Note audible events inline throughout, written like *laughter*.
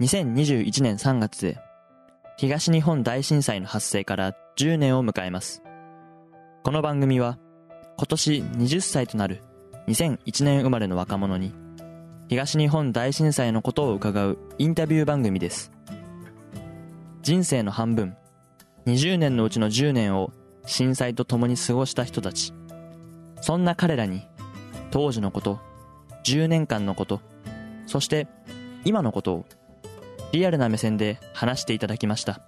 2021年3月で東日本大震災の発生から10年を迎えますこの番組は今年20歳となる2001年生まれの若者に東日本大震災のことを伺うインタビュー番組です人生の半分20年のうちの10年を震災と共に過ごした人たちそんな彼らに当時のこと10年間のことそして今のことをリアルな目線で話していただきました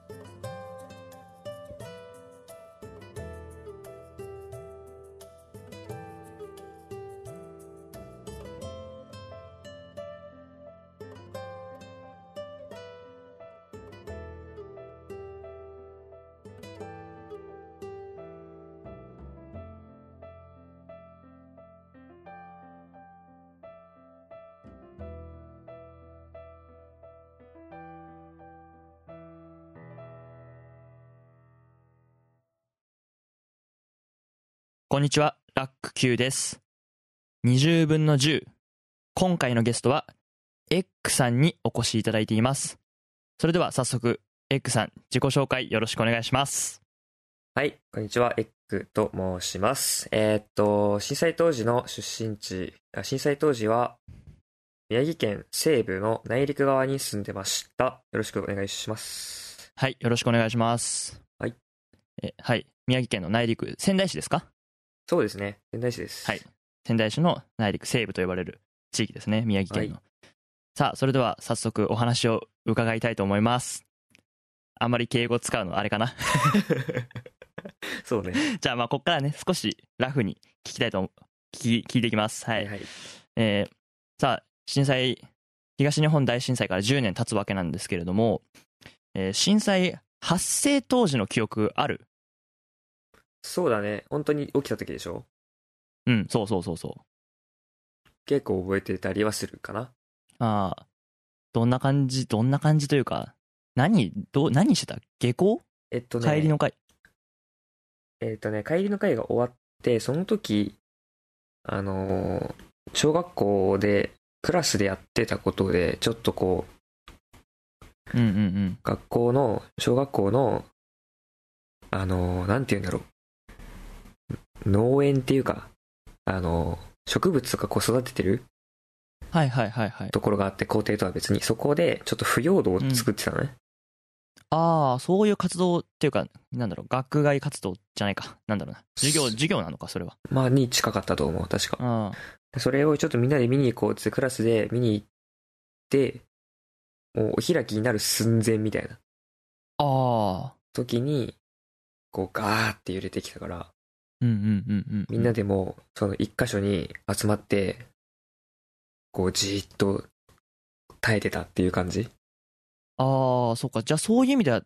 こんにちはラック Q です20分の10今回のゲストはエックさんにお越しいただいていますそれでは早速エックさん自己紹介よろしくお願いしますはい、こんにちは、エッグと申します。えーっと、震災当時の出身地、あ震災当時は、宮城県西部の内陸側に住んでました。よろしくお願いします。はいよろしくお願いしますはいえはい宮城県の内陸仙台市ですかそうですね、仙台市です。はい。仙台市の内陸西部と呼ばれる地域ですね宮城県の、さあそれでは早速お話を伺いたいと思いますあんまり敬語使うのあれかな *laughs* そうね。じゃあまあここからね少しラフに聞きたいと思う聞き聞いていきますは、はいはい。えーさあ震災東日本大震災から10年経つわけなんですけれども、えー震災発生当時の記憶あるそうだね、本当に起きた時でしょうんそうそうそうそう結構覚えてたりはするかな。ああ、どんな感じ、どんな感じというか、何、どう、何してた下校えっとね、帰りの会。えっとね、帰りの会が終わって、その時、あのー小学校で、クラスでやってたことで、ちょっとこう、うんうんうん。学校の小学校のあのなんて言うんだろう農園っていうかあの植物とかこう育ててるはいはいはいはい。ところがあって校庭とは別にそこでちょっと腐葉土を作ってたのね、ああ、そういう活動っていうか、なんだろう、学外活動じゃないか。なんだろうな。授業、す授業なのか、それは。まあに近かったと思う確かあそれをちょっとみんなで見に行こうっつってクラスで見に行ってもうお開きになる寸前みたいなあ。ああ。時にこうガーって揺れてきたからうんうんうんうん。みんなでもう、その一箇所に集まって、こう、じーっと耐えてたっていう感じああ、そうか。じゃあそういう意味では、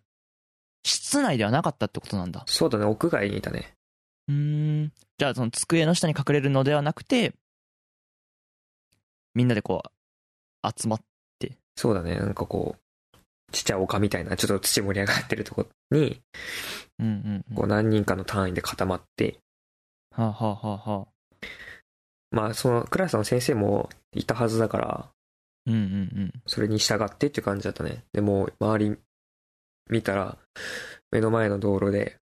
室内ではなかったってことなんだ。そうだね、屋外にいたね。うーん。じゃあその机の下に隠れるのではなくて、みんなでこう、集まっそうだね、なんかこう、ちっちゃい丘みたいな、ちょっと土盛り上がってるとこに、うんうんうん。こう何人かの単位で固まって、はあ、はあはあはあ、まあそのクラスの先生もいたはずだから、うんうんそれに従ってっていう感じだったね。でも、周り見たら、目の前の道路で、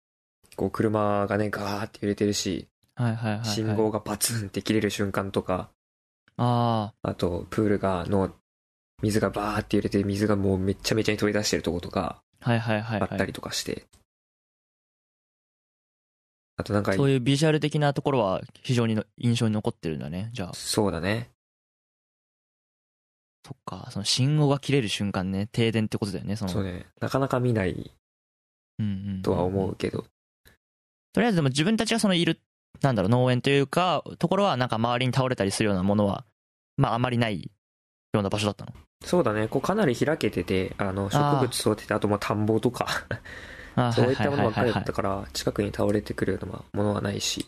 こう車がね、ガーって揺れてるし、うん。はいはいはい、はい。信号がバツンって切れる瞬間とか、ああと、プールが、の、水がバーって揺れて、水がもうめっちゃめちゃに飛び出してるとことか、あ、はいはいはい、あはったい。りとかして。あとなんか、そういうビジュアル的なところは非常にの印象に残ってるんだね。じゃあ、そうだね。そっか。その信号が切れる瞬間ね、停電ってことだよね、その。そうね。なかなか見ないうんうんうんとは思う。けど。とりあえずでも自分たちがそのいる、なんだろう、農園というか、ところはなんか周りに倒れたりするようなものは、まああまりないような場所だったの。そうだね。こうかなり開けてて、あの、植あ物ー育てて、あとまあ田んぼとか、あそういったものばっかりだはっいはたから、近くに倒れてくるようなものはないし。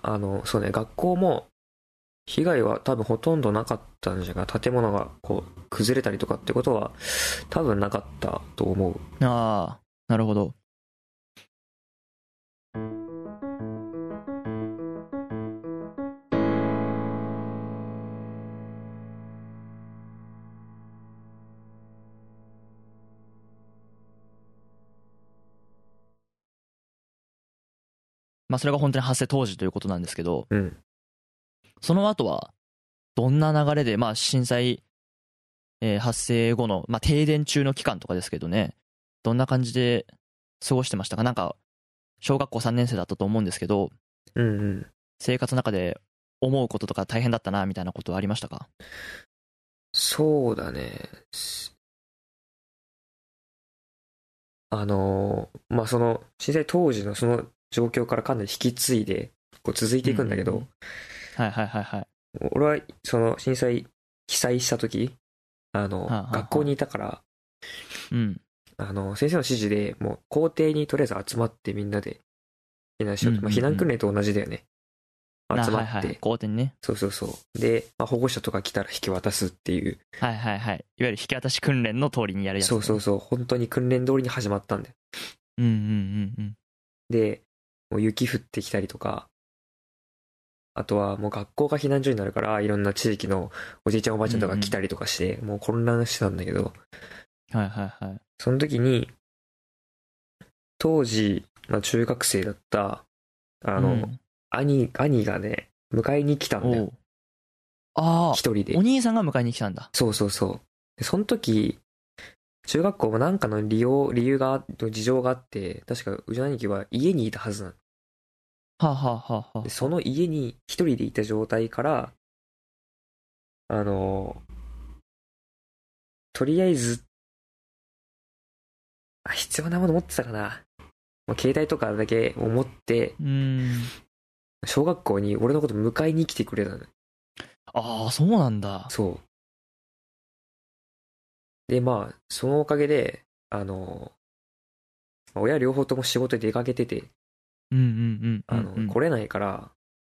あの、そうね、学校も、被害は多分ほとんどなかったんじゃが、建物がこう、崩れたりとかってことは、多分なかったと思う。いはいああ、なるほど。まあそれが本当に発生当時ということなんですけど、うん。その後は、どんな流れで、まあ震災、えー発生後の、まあ停電中の期間とかですけどね、どんな感じで過ごしてましたかなんか、小学校3年生だったと思うんですけど、うんうん。生活の中で思うこととか大変だったな、みたいなことはありましたかそうだね。しあのーまあ、その、震災当時のその状況からかなり引き継いで、こう続いていくんだけど、うんうんはいはいはいはい。俺は、その、震災、被災した時、あの、はあはあ学校にいたから、うん。あの、先生の指示で、もう、校庭にとりあえず集まってみんなで、避難しようと。まあ、うんうん避うん難訓練と同じだよね。な集まはいっはいて、、校庭にね。そうそうそう。で、まあ、保護者とか来たら引き渡すっていう、はいはいはい。いわゆる引き渡し訓練の通りにやるやつ、そうそうそう、本当に訓練通りに始まったんだよ。うんうんうんで、もう雪降ってきたりとか、あとはもう学校が避難所になるから、いろんな地域のおじいちゃんおばあちゃんとか来たりとかして、もう混乱してたんだけど、うん。はいはいはい。その時に、当時、まあ、中学生だった、あうの、ん兄、兄がね、迎えに来たんだおよ。うああ、一人でお。兄さんが迎えに来たんだ。そうそうそう。で、その時、中学校もなんかの利用、理由が、事情があって、確か、うちの兄貴は家にいたはずなはあ、はあはあはの。で、その家に一人でいた状態から、あの、とりあえず、あ、必要なもの持ってたかな。まあ携帯とかだけを持って、うーん。小学校に俺のこと迎えに来てくれたの。ああ、そうなんだ。そう。で、まあ、そのおかげで、あの、まあ親両方とも仕事で出かけてて、うんうんうんあうんの、うん。来れないから、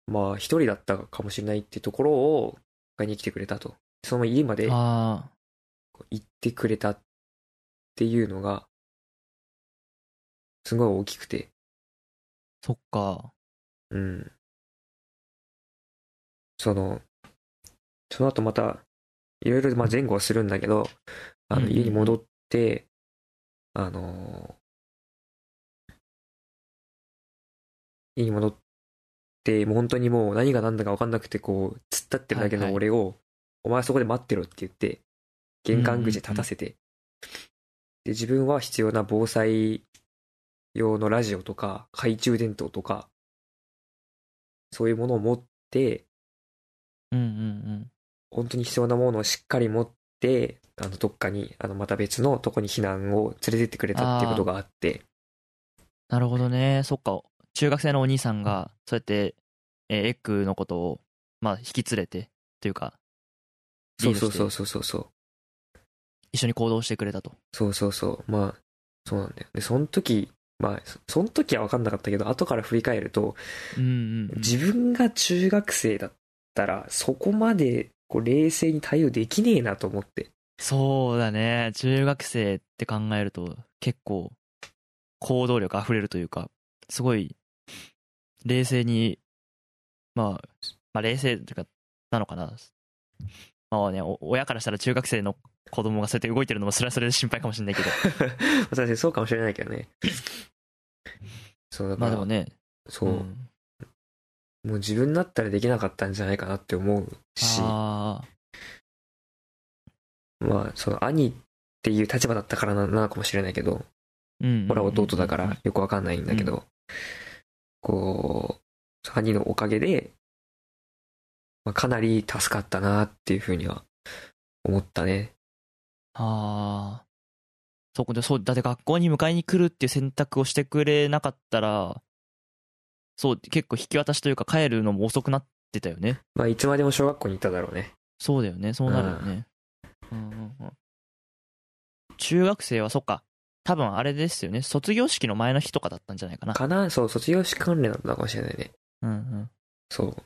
まあ、一人だったかもしれないってところを、買いに来てくれたと。その家まで行あってくれたっていうのが、すごい大きくて、あ、そっか。うん。その、その後また、いろいろまあ前後はするんだけど、あうんのうんうん家に戻って、あのー家に戻って、もう本当にもう何が何だか分かんなくて、こう、突っ立ってるだけはいのはい俺を、お前そこで待ってろって言って、玄関口で立たせて、で、自分は必要な防災用のラジオとか、懐中電灯とか、そういうものを持って、うんうん本当に必要なものをしっかり持って、あの、どっかに、あの、また別のとこに避難を連れてってくれたっていうことがあって、なるほどね。そっか。中学生のお兄さんが、そうやって、えーエッグのことを、まあ、引き連れて、というか、そリうードしそうてそうそうそうそう。一緒に行動してくれたと。そうそうそう。まあ、そうなんだよ。で、その時、まあ、そその時は分かんなかったけど、後から振り返ると、うんうん、うん。自分が中学生だったら、そこまで、こう、冷静に対応できねえなと思 *laughs* って。そうだね。中学生って考えると、結構、行動力溢れるというか、すごい、冷静に、まあ、まあ、冷静というか、なのかな。まあね、お親からしたら中学生の子供がそうやって動いてるのもそれはそれで心配かもしれないけ *laughs* ど。私そうかもしれないけどね。そう、だかまあら、でもね、そう、んもう自分だったらできなかったんじゃないかなって思うし、あまあ、その兄っていう立場だったからななのかもしれないけど、ーうんうんうんうん俺は弟だからよくわかんないんだけど、こう、兄のおかげで、まあ、かなり助かったなっていうふうには思ったね。ああ。そこで、そう、だって学校に迎えに来るっていう選択をしてくれなかったら、そう、結構引き渡しというか帰るのも遅くなってたよね。まあ、いつまでも小学校にいただろうね。そうだよね、そうなるよね。うんうんうん中学生は、そっか。多分あれですよね。卒業式の前の日とかだったんじゃないかな。かなそう、卒業式関連だったかもしれないね。うんうん。そう。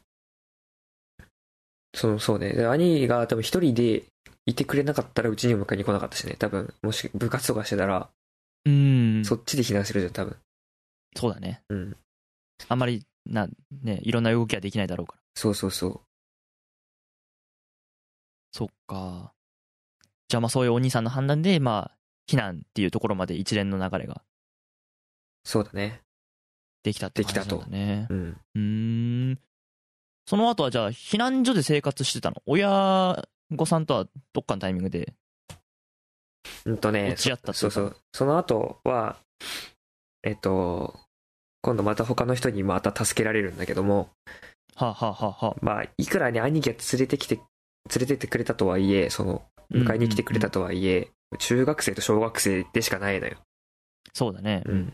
その、そうね。で兄が多分一人でいてくれなかったらうちにも迎えに来なかったしね。多分、もし部活とかしてたら、うん。そそっちで避難するじゃん、多分。そうだね。うん。あんまり、な、ね、いろんな動きはできないだろうから。そうそうそう。そっか。じゃあまあそういうお兄さんの判断で、まあ、避難っていうところまで一連の流れが。そうだね。できたって感じなんだね。うん。うーん。その後はじゃあ、避難所で生活してたの親御さんとはどっかのタイミングで。うんとね、落ち合ったっていうかそうそう。その後は、えっと、今度また他の人にまた助けられるんだけども、はあ、はあはあはあ、まあ、いくらね、兄貴が連れてきて、連れてってくれたとはいえ、その、迎えに来てくれたうんうんうんとはいえ、中学生と小学生でしかないのよ。そうだね。うん。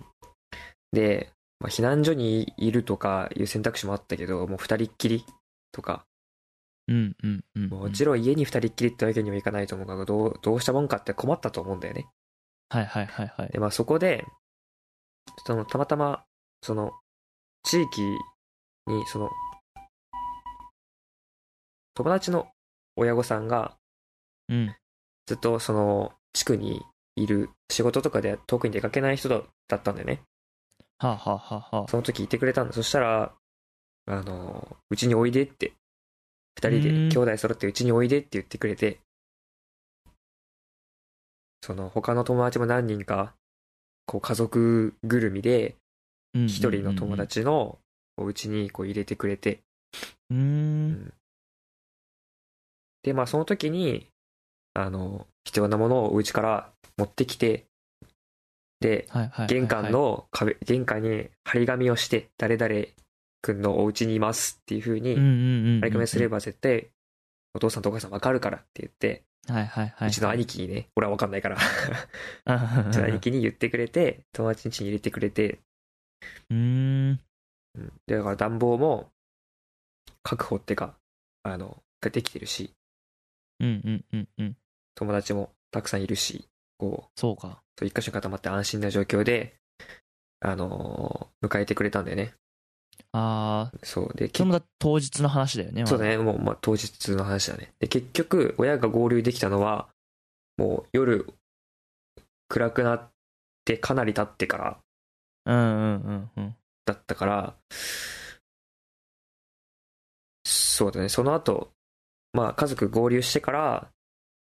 で、まあ、避難所にいるとかいう選択肢もあったけど、もう二人っきりとか、うんうんうん。もちろん家に二人っきりってわけにはいかないと思うから、どう、どうしたもんかって困ったと思うんだよね。はいはいはいはいで、。まあそこで、その、たまたま、その、地域に、その、友達の親御さんが、うん。ずっとその、地区にいる仕事とかで遠くに出かけない人だだったんだよね。はあ、はあはあはあ、その時いてくれたんだ。そしたら、あの、うちにおいでって、二人でうん兄弟揃ってうちにおいでって言ってくれて、その他の友達も何人か、こう家族ぐるみうんうんうで、んうん一人の友。達のこううちにこう入れてくれて、うーん。で、まあその時に、あの、必要なものをうちから持ってきて、で、はいはいはいはい。玄関の壁、玄関に張り紙をして、誰々くんのお家にいますっていう風に、うんうんうんうん、張り紙をすれば絶対、お父さんとお母さんわかるからって言って、はいはいはい。うち *laughs* の兄貴にね、俺はわかんないから、ううちの兄貴に言ってくれて、友達ん家に入れてくれて、うーん。うんでだから暖房も、確保ってか、あの、ができてるし、うんうんうんうん。友達もたくさんいるし、こそうか。う、一箇所に固まって安心な状況で、あのー迎えてくれたんだよね。ああ、そう。で、それもだ当日の話だよね。そうだね、もう、まあ、当日の話だね。で、結局、親が合流できたのは、もう夜、暗くなってかなり経ってからまだ。うんうんうんうん。だったから、そうだね、その後、まあ、家族合流してから、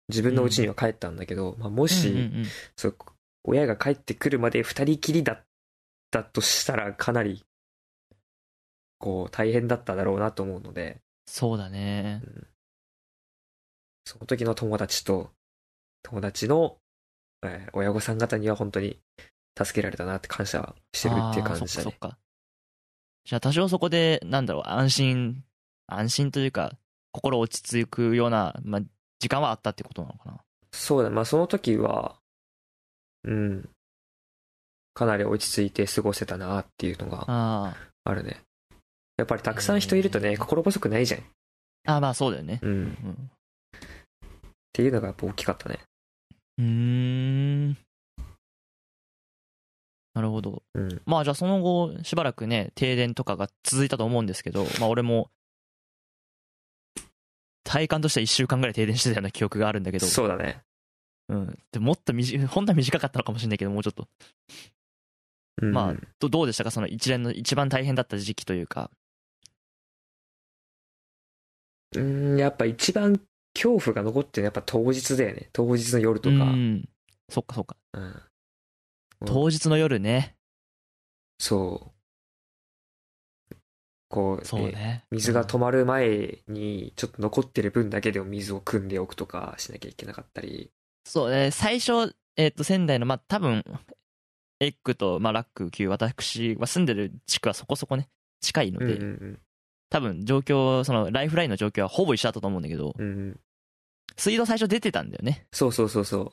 自分の家には帰ったんだけど、まあ、もし、うんうんうんそう親が帰ってくるまで二人きりだったとしたら、かなり、こう、大変だっただろうなと思うので、そうだね。その時の友達と、友達の、えー親御さん方には本当に助けられたなって感謝してるっていう感あーじだそっねか。そっか。じゃあ多少そこで、なんだろう、安心、安心というか、心落ち着くような、まあ、時間はあったってことなのかな。そうだ、まあその時は、うん、かなり落ち着いて過ごせたなっていうのがああるね。やっぱりたくさん人いるとへね、ー心細くないじゃん。あ。ああ、まあそうだよね。うん。っうん。ていうのがやっぱ大きかったね。うーん。なるほど。うん。まあじゃあその後、しばらくね、停電とかが続いたと思うんですけど、まあ俺も、体感としては1週間ぐらい停電してたような記憶があるんだけど、そうだね。うん、でもっと短い、本当は短かったのかもしれないけど、もうちょっと。うん、まあ、どどうでしたか、その一連の一番大変だった時期というか。うん、やっぱ一番恐怖が残ってるのはやっぱ当日だよね。当日の夜とか。うん。そっかそっか。うん当日の夜ね。そう。こう、そうえね。水が止まる前に、ちょっと残ってる分だけでも水を汲んでおくとかしなきゃいけなかったり。そう、えー最初、えっ、と、仙台の、まあ、多分、エッグと、まあ、ラック級、私は住んでる地区はそこそこね、近いのうんで、うん多分、状況、その、ライフラインの状況はほぼ一緒だったと思うんだけど、うん。うんうん。水道最初出てたんだよね。そうそうそうそう。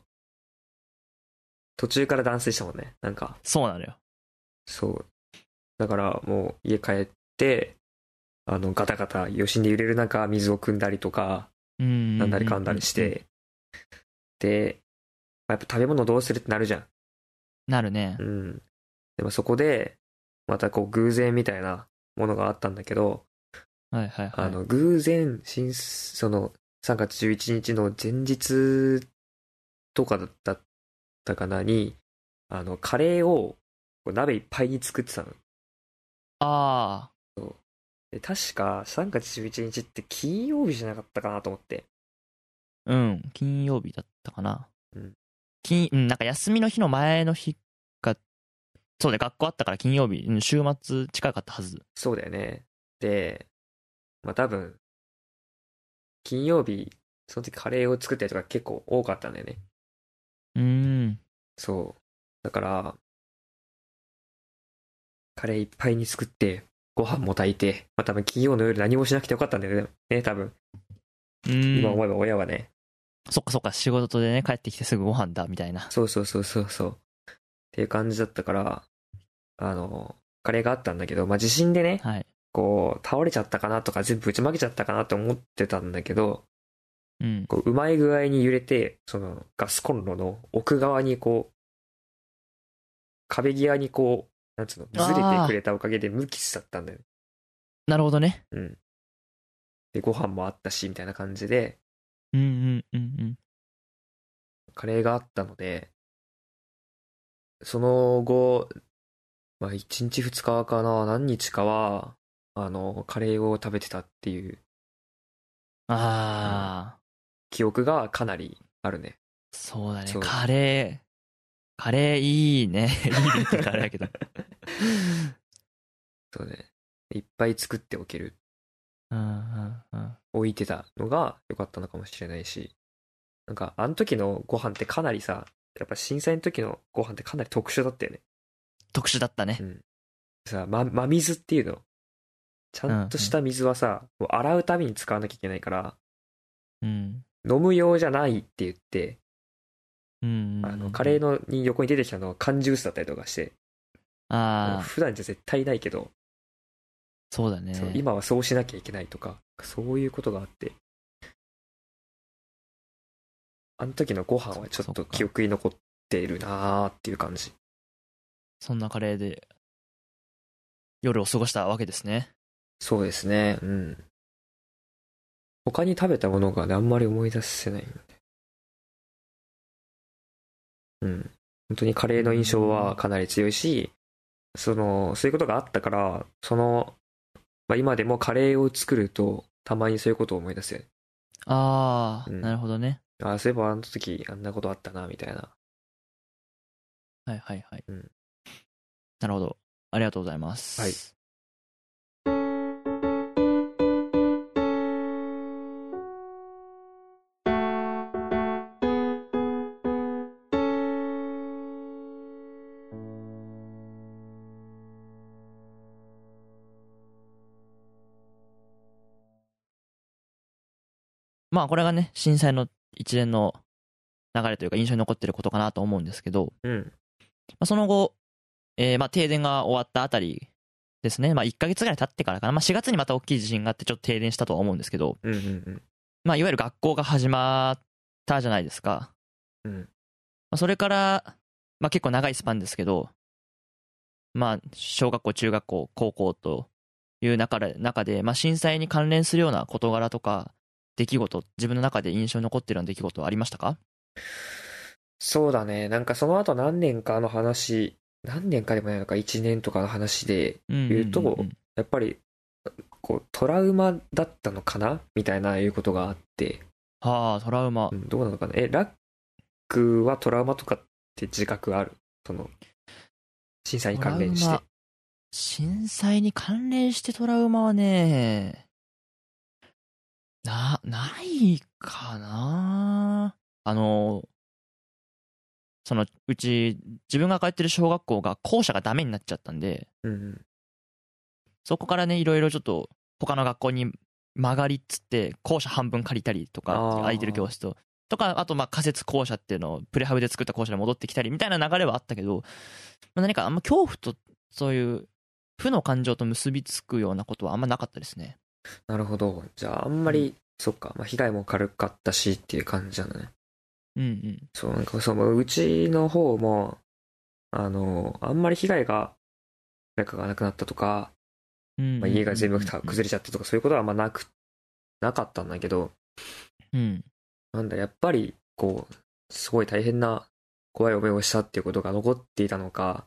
途中から断水したもんね。なんか、そうなのよ。そう。だからもう家帰って、あの、ガタガタ余震で揺れる中、水を汲んだりとか、うん。なんだりかんだりし。て。で、まあやっぱ食べ物どうするってなるじゃん。なるねう。ん。でもそこで、またこう偶然みたいなものがあったんだけど、はいはいはい。あの、偶然、新、その、3月11日の前日とかだったかなに、あの、カレーをこう鍋いっぱいに作ってたの。あで、確か3月11日って金曜日じゃなかったかなと思って。あ、うん。金曜日だったかな。うん金、うん、なんか休みの日の前の日か、そうで、学校あったから金曜日、うん週末近かったはず。そうだよね。で、まあ多分、金曜日、その時カレーを作ったりとか結構多かったんだよね。うーん。そう。だから、カレーいっぱいに作って、ご飯も炊いて、まあ多分金曜の夜何もしなくてよかったんだよね。ね、多分。うーん今思えば親はね。そっかそっか、仕事でね、帰ってきてすぐご飯だ、みたい *laughs* な。そうそうそうそうそう。っていう感じだったから、あの、カレーがあったんだけど、まあ地震でね、はい。こう、倒れちゃったかなとか、全部ぶちまけちゃったかなって思ってたんだけど、うん。こう、うまい具合に揺れて、その、ガスコンロの奥側にこう、壁際にこう、なんつうの、ずれてくれたおかげで無傷だったんだよね。なるほどね。うん。で、ご飯もあったし、みたいな感じで、うんうんうんうん。カレーがあったので、その後、まあ、1日2日かな、何日かは、あの、カレーを食べてたっていうああ、記憶がかなりあるね。そうだねそ。うカレー、カレーいいね。 *laughs* いいねって言ったらあれだけど。そうね。いっぱい作っておける、うんうんうん。置いてたのが良かったのかもしれないし、なんか、あの時のご飯ってかなりさ、やっぱ震災の時のご飯ってかなり特殊だったよね。特殊だったねう。ん。さ、ま、真水っていうの。ちゃんとした水はさ、もう洗うために使わなきゃいけないから、うん。飲む用じゃないって言って、うんうんうん。あの、カレーのに横に出てきたのは缶ジュースだったりとかして、ああ、普段じゃ絶対ないけど、そうだね。そう今はそうしなきゃいけないとか、そういうことがあって、あの時のご飯はちょそっかっそとっか記憶に残ってるなーっていう感じ。そんなカレーで、夜を過ごしたわけですね。そうですね、うん。他に食べたものがね、あんまり思い出せないので。うん。本当にカレーの印象はかなり強いし、その、そういうことがあったから、その、まあ、今でもカレーを作ると、たまにそういうことを思い出すよね。ああ、うんなるほどね。ああ、そういえばあの時あんなことあったな、みたいな。はいはいはい。うんなるほど。ありがとうございます。はいまあこれがね、震災の一連の流れというか印象に残ってることかなと思うんですけど、うん。まあ、その後、えーまあ停電が終わったあたりですね、まあ、1ヶ月ぐらい経ってからかな、まあ、4月にまた大きい地震があって、ちょっと停電したとは思うんですけど、うんうんまあ、いわゆる学校が始まったじゃないですか。うん。うん。まあ、それから、まあ、結構長いスパンですけど、まあ、小学校、中学校、高校という中で、中でまあ、震災に関連するような事柄とか、出来事、自分の中で印象に残っているような出来事はありましたかそうだね。なんかその後何年かの話、何年かでもないのか、1年とかの話で、言うとやっぱり、こう、トラウマだったのかなみたいないうことがあって、はあ、トラウマう。んどうなのかなえ、ラックはトラウマとかって自覚あるその、震災に関連しトラウてマ。震災に関連してトラウマはね、な、ないかなあの、その、うち、自分が通ってる小学校が校舎がダメになっちゃったんで、うんうん。そこからね、いろいろちょっと、他の学校に曲がりっつって、校舎半分借りたりとあかー、空いてる教室と、とか、あと、まあ、仮設校舎っていうのを、プレハブで作った校舎に戻ってきたり、みたいな流れはあったけど、まあ、何かあんま恐怖と、そういう、負の感情と結びつくようなことはあんまなかったですね。なるほど。じゃあ、あんまり、そっか、まあ、被害も軽かったしっていう感じなのね。うんうん。そう、なんかそう、うちの方も、あの、あんまり被害が、誰かがなくなったとか、うんまあ、家が全部たうん崩れちゃったとか、そういうことはあんまなく、なかったんだけど、うん。なんだ、やっぱり、こう、すごい大変な、怖い思いをしたっていうことが残っていたのか、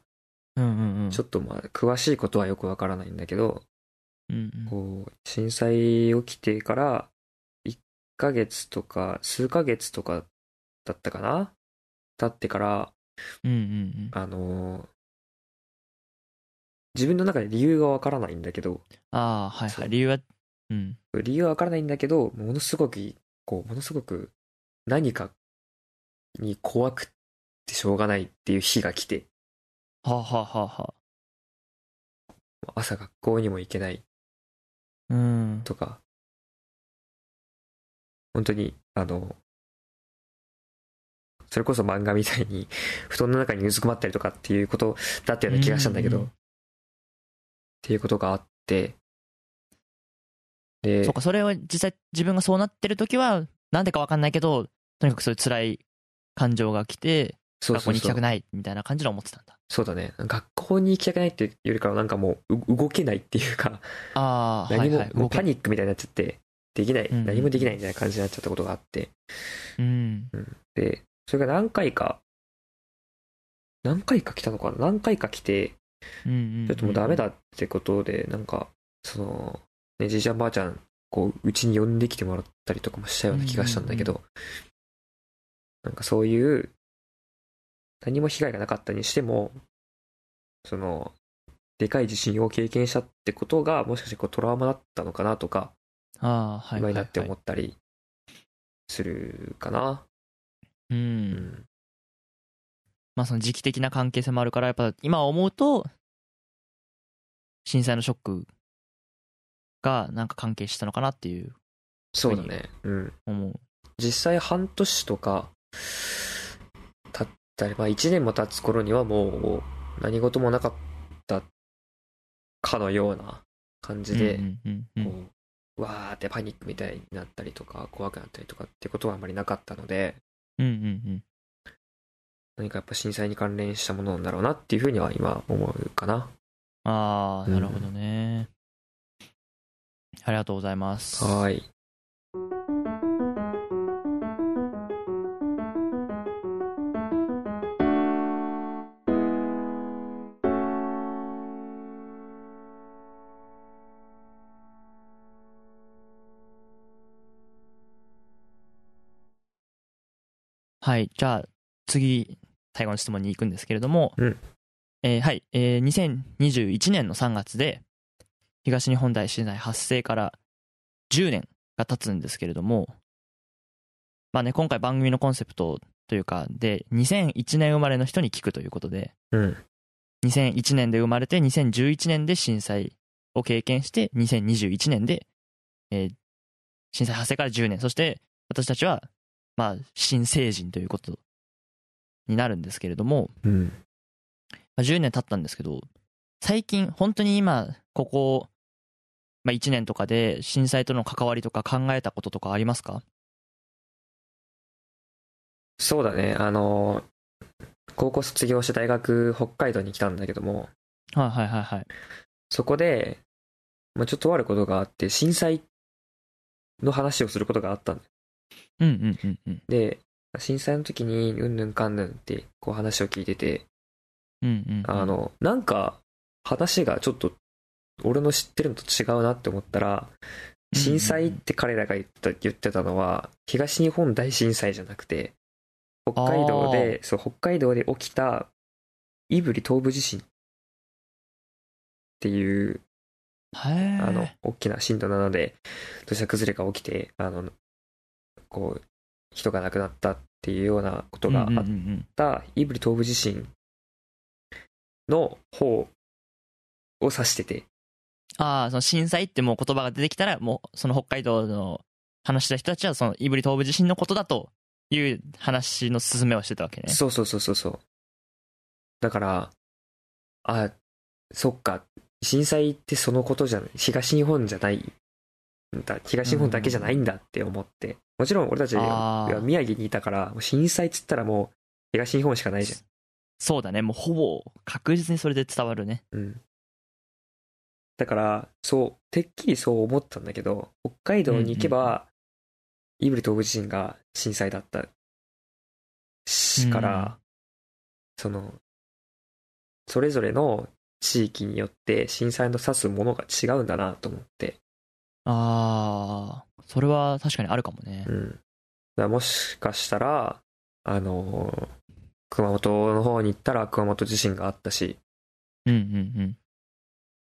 うんうんうん。ちょっとまあ、詳しいことはよくわからないんだけど、うんうんこう、震災起きてから、1ヶ月とか、数ヶ月とかだったかな経ってから、うんうんうん。あのー自分の中で理由がわからないんだけど、ああ、はいそはうい。理由は、うん。理由はわからないんだけど、ものすごく、こう、ものすごく何かに怖くってしょうがないっていう日が来て、はあ、はあはあは朝学校にも行けないあ、うん。とか、本当に、あの、それこそ漫画みたいに *laughs* 布団の中にうずくまったりとかっていうことだったような気がしたんだけど、うんうんうっんていうことがあって、でそう、か、それは実際自分がそうなってる時は、なんでかわかんないけど、とにかくそういう辛い感情が来て、そう学そ校うに行きそたうく。ないみたいな感じで思ってたんだ。そうだね。学校に行きたくないっていうよりかはなんかもうう動けないっていうか、ああ、は何いも、はい。もうパないニックみたいになっちゃって、できない、うんうん何もできないみたいな感じになっちゃったことがあって、うん。で、それが何回か、何回か来たのかな何回か来て、うんうんうん。ちょっともうダメだってことで、なんか、その、ね、じいちゃんばあちゃん、こう、うちに呼んできてもらったりとかもしたような気がしたんだけど、なんかそういう、何も被害がなかったにしても、その、でかい地震を経験したってことが、もしかしてこうトラウマだったのかなとか、ああ、はい。今になってはい思はったりするかな。い。う。うんん。まあその時期的な関係性もあるから、やっぱ今思うと、震災のショックがなんか関係したのかなっていうそうだね。うん。思う。実際半年とか、経ったり、まあ1年も経つ頃にはもう何事もなかったかのような感じでう、んうんうんうんこう、わーってパニックみたいになったりとか、怖くなったりとかってことはあまりなかったので、うんうん何かやっぱ震災に関連したものなんだろうなっていうふうには今思うかな。うん。ああ、うんなるほどね。ありがとうございます。はーい。はい。じゃあ、次、最後の質問に行くんですけれども、うんえーはい。えー2021年の3月で、東日本大震災発生から10年が経つんですけれども、まあね、今回番組のコンセプトというか、で、2001年生まれの人に聞くということで、うん。 2001年で生まれて2011年で震災を経験して2021年で、えー震災発生から10年そして私たちは、まあ、新成人ということになるんですけれども、うん。まあ、10年経ったんですけど最近本当に今ここ、まあ、1年とかで震災との関わりとか考えたこととかありますかそうだね、あの、高校卒業して大学、北海道に来たんだけども、はいはいはいはいそこで、まあ、ちょっとあることがあって、震災の話をすることがあったんだようんうんうんうんで、震災の時に、うんぬんかんぬんって、こう話を聞いてて、うんうんうんあの、なんか、話がちょっと、俺の知ってるのと違うなって思ったら、震災って彼らが言った言ってたのは、東日本大震災じゃなくて、北海道で、そう、北海道で起きた、胆振東部地震っていう、へえあの、大きな震度7で、土砂崩れが起きて、あの、こう、人が亡くなったっていうようなことがあうんうんっうんた、胆振東部地震の方を指してて、ああ、その震災ってもう言葉が出てきたら、もうその北海道の話した人たちは、その胆振東部地震のことだという話の進めをしてたわけね。そうそうそうそうそう。だから、あ、そっか、震災ってそのことじゃない、東日本じゃないんだ、東日本だけじゃないんだって思って、もちろん俺たちあーは宮城にいたから、もう震災っつったらもう東日本しかないじそうだね、もうほぼ確実にそれで伝わるね。ゃん。うん。だから、そう、てっきりそう思ったんだけど、北海道に行けば、胆振東部地震が震災だった。しから、その、それぞれの地域によって震災の指すものが違うんだなと思って。うん、ああ、それは確かにあるかもねう。ん。だからもしかしたら、あのー熊本の方に行ったら熊本地震があったし、うんうんうん。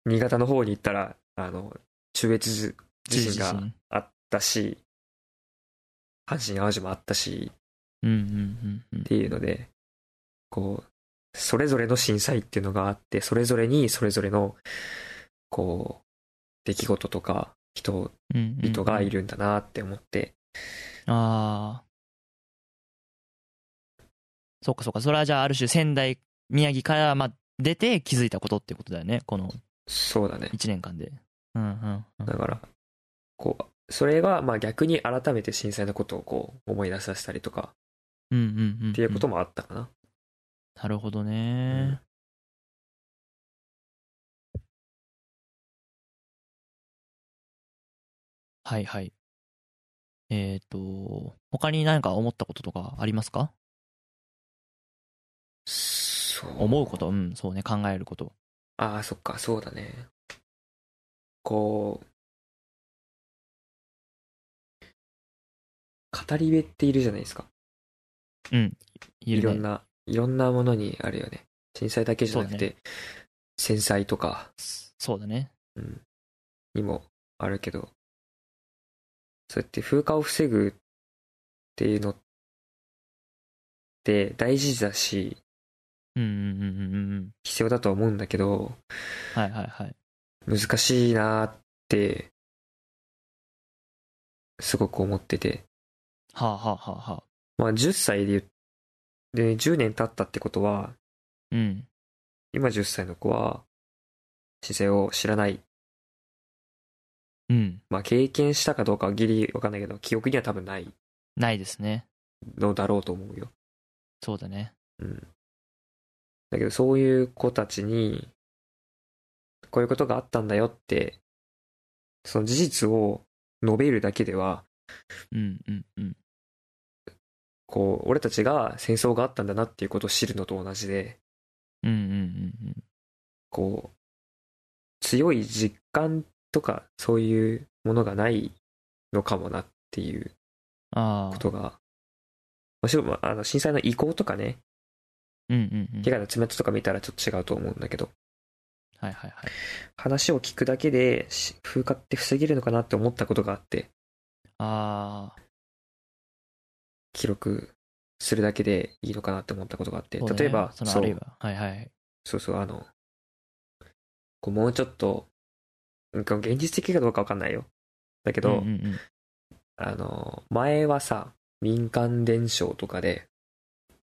新潟の方に行ったら、あの、中越地震があったし、阪神・淡路もあったし、うんうんうんうんっていうので、こう、それぞれの震災っていうのがあって、それぞれにそれぞれの、こう、出来事とか、人うんうん々がいるんだなって思って、ああ。そっかそっか。それはじゃあある種仙台、宮城からまあ出て気づいたことってことだよね。このそうだね。 1年間で。うんうんうん。だから、こう、それが、まあ逆に改めて震災のことをこう、思い出させたりとか、うんうんうん。っていうこともあったかな。なるほどうんね。はいはい。えっ、と、他に何か思ったこととかありますかそう思うこと、うん、そうね、考えること。ああ、そっか、そうだね。こう、語り部っているじゃないですか。うん。いいるねろんな、いろんなものにあるよね。震災だけじゃなそくうだて、戦災とかそうだね。にもあるけど、そうやって風化を防ぐっていうのって大事だし、うんうんうんうんうんうん。必要だとは思うんだけど、はいはいはい。難しいなーって、すごく思ってて。はあ、はあはあはあ、まあ、10歳で言っ、で、10年経ったってことは、うん。今10歳の子は、姿勢を知らない。うん。まあ、経験したかどうかはギリわかんないけど、記憶には多分ないないですね。のだろうと思うよ。そうだね。うん。だけど、そういう子たちに、こういうことがあったんだよって、その事実を述べるだけでは、うんうんうん。こう、俺たちが戦争があったんだなっていうことを知るのと同じで、うんうんうんこう、強い実感とかそういうものがないのかもなっていううん。あこあ。とが、もちろん、まああの、震災の遺構とかね、うんうんうん。被害の爪痕とか見たらちょっと違うと思うんだけど、はいはいはい。話を聞くだけでし風化って防げるのかなって思ったことがあって、ああ。記録するだけでいいのかなって思ったことがあって、そうね例えば、そのそあうるいは。はいはい。そうそう、あの、こうもうちょっと、うんこう現実的かどうかわかんないよ。だけうんど、うんうんあの、前はさ、民間伝承とかで、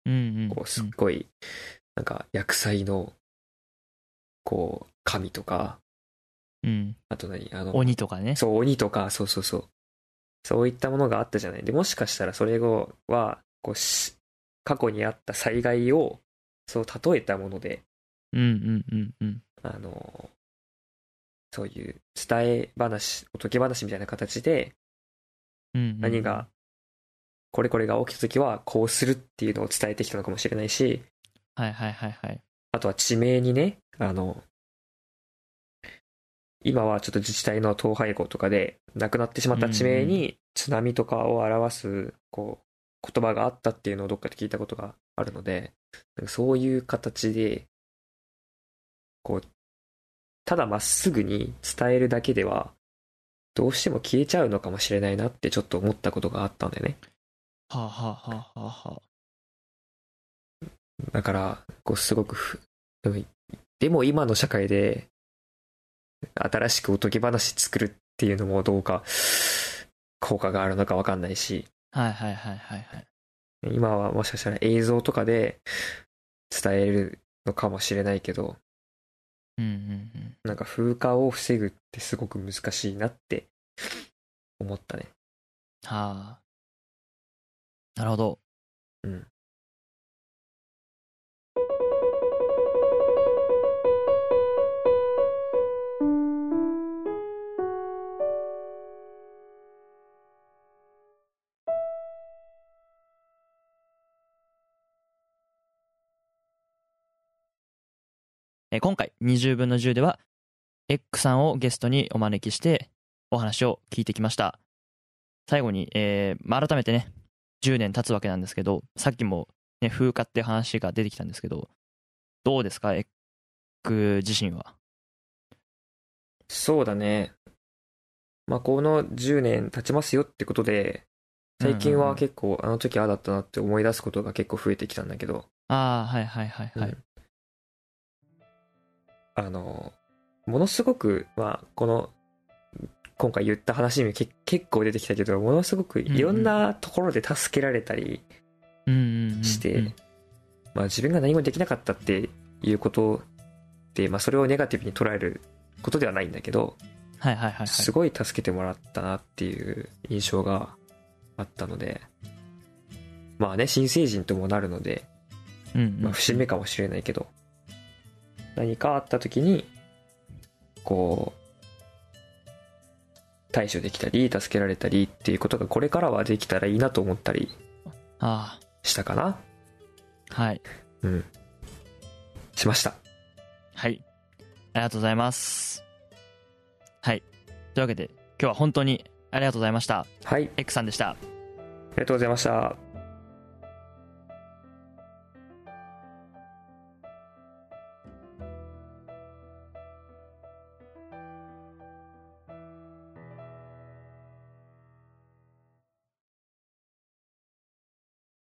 うんうん。こう、すっうんごい、なんか、薬剤の、こう、神とか、うん。あと何あの、鬼とかね。そう、鬼とか、そうそうそう。そういったものがあったじゃない。で、もしかしたらそれ後は、こうし、過去にあった災害を、そう、例えたもので、うんうんうんうん。あの、そういう伝え話、おとぎ話みたいな形で、うんうんうん何が。これこれが起きた時はこうするっていうのを伝えてきたのかもしれないし、はいはいはいはい。あとは地名にね、あの、今はちょっと自治体の統廃合とかで、亡くなってしまった地名うんに津波とかを表す、こう、言葉があったっていうのをどっかで聞いたことがあるので、なんかそういう形で、こう、ただまっすぐに伝えるだけでは、どうしても消えちゃうのかもしれないなってちょっと思ったことがあったんだよね。はあはあはあはあはあ。だから、こう、すごくふ、でも、でも今の社会で、新しくおとぎ話作るっていうのもどうか、効果があるのかわかんないし、はいはいはいはいはい。今はもしかしたら映像とかで伝えるのかもしれないけど、うんうんうん。なんか風化を防ぐってすごく難しいなって思ったね。はあ。なるほど。うん。えー今回20分の10では X さんをゲストにお招きしてお話を聞いてきました最後に、えーまあ、改めてね10年経つわけなんですけどさっきも、ね、風化って話が出てきたんですけどどうですか X 自身はそうだね。まあ、この10年経ちますよってことで、最近うんうんうはん結構、あの時ああだったなって思い出すことが結構増えてきたんだけど、ああ、はいはいはいはい。うんあの、ものすごく、まあ、この、今回言った話にもけ結構出てきたけど、ものすごくいろんなところで助けられたりうんうんうんうんして、まあ、自分が何もできなかったっていうことで、まあ、それをネガティブに捉えることではないんだけど、はいはいはいはい。すごい助けてもらったなっていう印象があったので、まあね、新成人ともなるので、うんうんまあ、節目かもしれないけど、何かあった時に、こう、対処できたり、助けられたりっていうことがこれからはできたらいいなと思ったりあしたかなあ、はい。うん。しました。はい。ありがとうございます。はい。というわけで、今日は本当にありがとうございました。はい、エックさんでした。ありがとうございました。